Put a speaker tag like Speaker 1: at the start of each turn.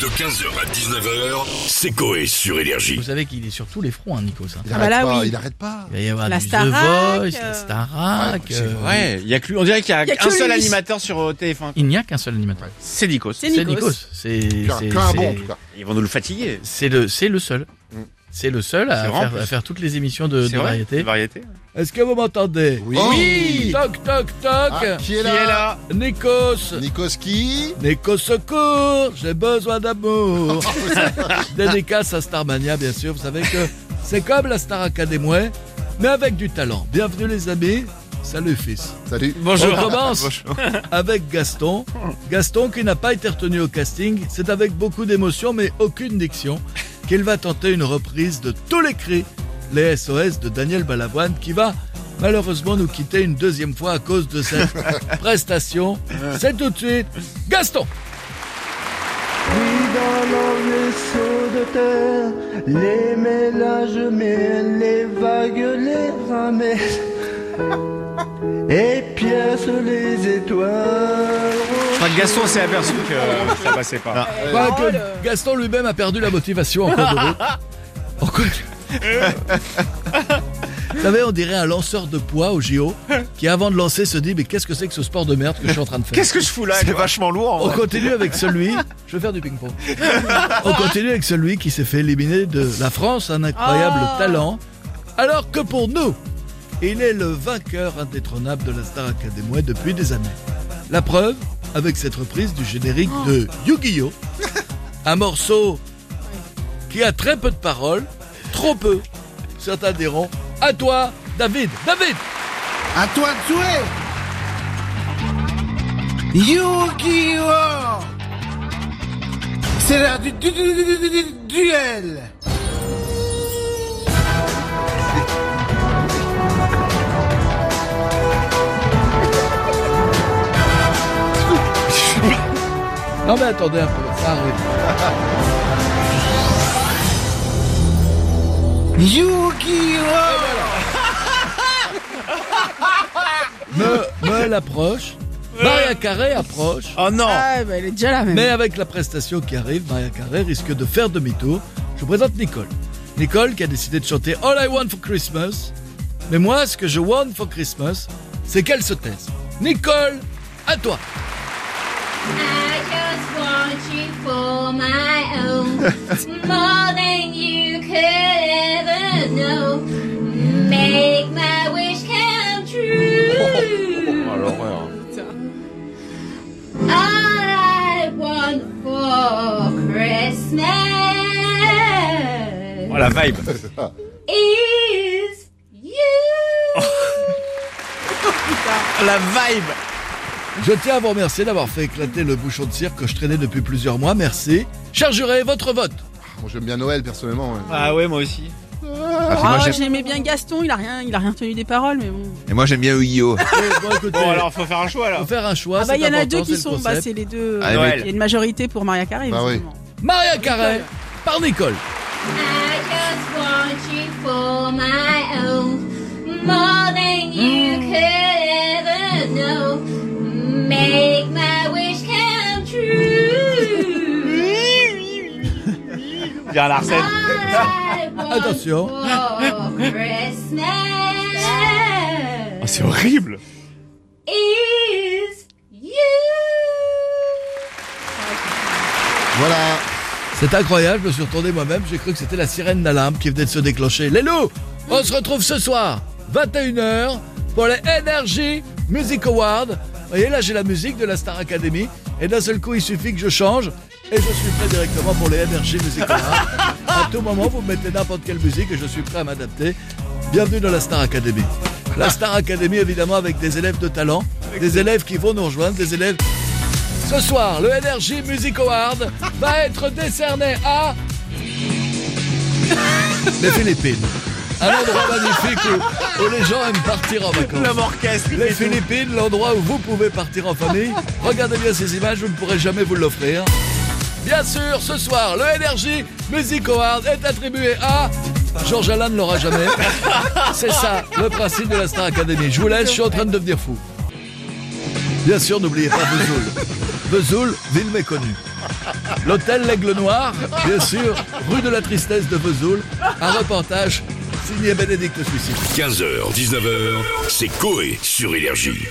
Speaker 1: De 15h à 19h, c'est Coé sur Énergie.
Speaker 2: Vous savez qu'il est sur tous les fronts, hein, Nico. Ça.
Speaker 3: Il
Speaker 4: Ah
Speaker 3: arrête
Speaker 4: bah là,
Speaker 3: pas,
Speaker 4: oui.
Speaker 3: il arrête pas.
Speaker 2: Il va y avoir
Speaker 4: La
Speaker 2: du The
Speaker 4: Starac,
Speaker 2: Voice, la
Speaker 4: euh,
Speaker 2: Starac.
Speaker 3: ouais, c'est
Speaker 2: euh,
Speaker 5: Ouais, il y a que lui. On dirait qu'il y a,
Speaker 4: Il y a
Speaker 5: un
Speaker 4: que
Speaker 5: seul
Speaker 4: lui.
Speaker 5: animateur sur euh, TF1.
Speaker 2: Il n'y a qu'un seul animateur.
Speaker 5: C'est Nikos.
Speaker 4: C'est Nikos.
Speaker 2: C'est
Speaker 3: Qu'un
Speaker 2: c'est-
Speaker 3: qu'un
Speaker 2: c'est-
Speaker 3: bon, en tout cas.
Speaker 5: Ils vont nous le fatiguer.
Speaker 2: C'est le, c'est le seul.
Speaker 5: Mm.
Speaker 2: C'est le seul à
Speaker 5: C'est vrai, en
Speaker 2: faire,
Speaker 5: plus.
Speaker 2: à faire toutes les émissions de,
Speaker 5: C'est
Speaker 2: de
Speaker 5: vrai,
Speaker 2: variété.
Speaker 5: de variété.
Speaker 2: Est-ce que vous m'entendez
Speaker 3: Oui.
Speaker 2: Toc, toc, toc
Speaker 3: Ah, qui est
Speaker 5: Qui est
Speaker 3: là,
Speaker 5: là
Speaker 2: Nikos
Speaker 3: Nikoski.
Speaker 2: Nikos secours J'ai besoin d'amour Dédicace à Starmania, bien sûr. Vous savez que c'est comme la Star Academy, mais avec du talent. Bienvenue, les amis. Salut, fils.
Speaker 3: Salut.
Speaker 5: Bonjour.
Speaker 2: On commence avec Gaston. Gaston qui n'a pas été retenu au casting. C'est avec beaucoup d'émotion mais aucune diction qu'il va tenter une reprise de tous les cris, les SOS de Daniel Balavoine qui va malheureusement nous quitter une deuxième fois à cause de cette prestation. C'est tout de suite Gaston
Speaker 6: Puis dans le ruisseau de terre, les mélages mêlent les vagues, les ramènent et piercent les étoiles.
Speaker 5: Je crois que Gaston s'est aperçu que euh, ça passait pas.
Speaker 2: Quoique Gaston lui-même a perdu la motivation en cours de route. En cours de- Vous savez, on dirait un lanceur de poids au JO qui, avant de lancer, se dit Mais qu'est-ce que c'est que ce sport de merde que je suis en train de faire
Speaker 5: Qu'est-ce que je fous là quoi
Speaker 6: vachement lourd.
Speaker 2: On continue avec celui. Je vais faire du ping-pong. On continue avec celui qui s'est fait éliminer de la France, un incroyable
Speaker 4: Oh.
Speaker 2: talent. Alors que pour nous, il est le vainqueur indétrônable de la Star Academy depuis des années. La preuve, avec cette reprise du générique
Speaker 6: Oh.
Speaker 2: de Yu-Gi-Oh! Un morceau qui a très peu de paroles, trop peu. Certains diront À toi, David David
Speaker 3: À toi de jouer. Yu-Gi-Oh! C'est l'heure du, du- du- du- du- du- duel.
Speaker 2: Non mais attendez un peu, ça arrive. Yu-Gi-Oh Meul approche, Maria Carré approche,
Speaker 5: Oh non
Speaker 4: Ah, bah, elle est déjà là, même.
Speaker 2: mais avec la prestation qui arrive, Maria Carré risque de faire demi-tour. Je vous présente Nicole. Nicole qui a décidé de chanter All I Want for Christmas. Mais moi, ce que je want for Christmas, c'est qu'elle se taise. Nicole, à toi.
Speaker 7: I just want you for my own, more than you could ever know. Make my wish come true. All I want for Christmas
Speaker 5: Oh la vibe
Speaker 7: is you.
Speaker 5: La vibe
Speaker 2: Je tiens à vous remercier d'avoir fait éclater le bouchon de cirque que je traînais depuis plusieurs mois. Merci. Chargerez votre vote.
Speaker 3: Bon, j'aime bien Noël personnellement. ouais.
Speaker 5: Ah ouais, moi aussi.
Speaker 4: Ah, j'aimais bien Gaston, il a rien, il a rien tenu des paroles, mais
Speaker 2: Ah,
Speaker 4: bon. Ah,
Speaker 8: Et moi j'aime bien Yu-Gi-Oh!
Speaker 2: Euh, Bon, écoutez,
Speaker 5: Bon alors, faut faire un choix là.
Speaker 2: faut faire un choix.
Speaker 4: Ah bah
Speaker 2: c'est
Speaker 4: il y en a
Speaker 2: important,
Speaker 4: deux qui
Speaker 2: c'est le
Speaker 4: sont, bah
Speaker 2: concept.
Speaker 4: c'est les deux.
Speaker 8: Ah,
Speaker 4: euh,
Speaker 5: Noël.
Speaker 4: Il y a une majorité pour Maria Carré.
Speaker 3: Bah oui.
Speaker 4: évidemment.
Speaker 2: Maria Carré par Nicole.
Speaker 7: I just want you for my own, more than you could ever know. Make my wish come true.
Speaker 5: Bien Larsen.
Speaker 7: I want
Speaker 2: Attention.
Speaker 7: for Christmas
Speaker 5: Ah, C'est horrible
Speaker 7: is you.
Speaker 3: Voilà.
Speaker 2: C'est incroyable. Je me suis retourné moi-même. J'ai cru que c'était la sirène d'alarme qui venait de se déclencher. Les loups, on se retrouve ce soir 21h pour les Energy Music Awards. Vous voyez là, j'ai la musique de la Star Academy et d'un seul coup, il suffit que je change et je suis prêt directement pour les Energy Music Awards. À tout moment, vous mettez n'importe quelle musique et je suis prêt à m'adapter. Bienvenue dans la Star Academy. La Star Academy, évidemment, avec des élèves de talent, des élèves qui vont nous rejoindre, des élèves. Ce soir, le NRJ Music Award va être décerné à. Les Philippines. Un endroit magnifique où, où les gens aiment partir en vacances.
Speaker 5: L'homme orchestre il
Speaker 2: Les
Speaker 5: fait tout.
Speaker 2: Philippines, l'endroit où vous pouvez partir en famille. Regardez bien ces images, vous ne pourrez jamais vous l'offrir. Bien sûr, ce soir, le NRJ Music Award est attribué à. Georges Alain ne l'aura jamais. C'est ça, le principe de la Star Academy. Je vous laisse, je suis en train de devenir fou. Bien sûr, n'oubliez pas Vesoul. Vesoul, ville méconnue. L'hôtel L'Aigle Noir, bien sûr, rue de la Tristesse de Vesoul. Un reportage signé Bénédicte Suicide.
Speaker 1: 15h, 19h, c'est Coé sur Énergie.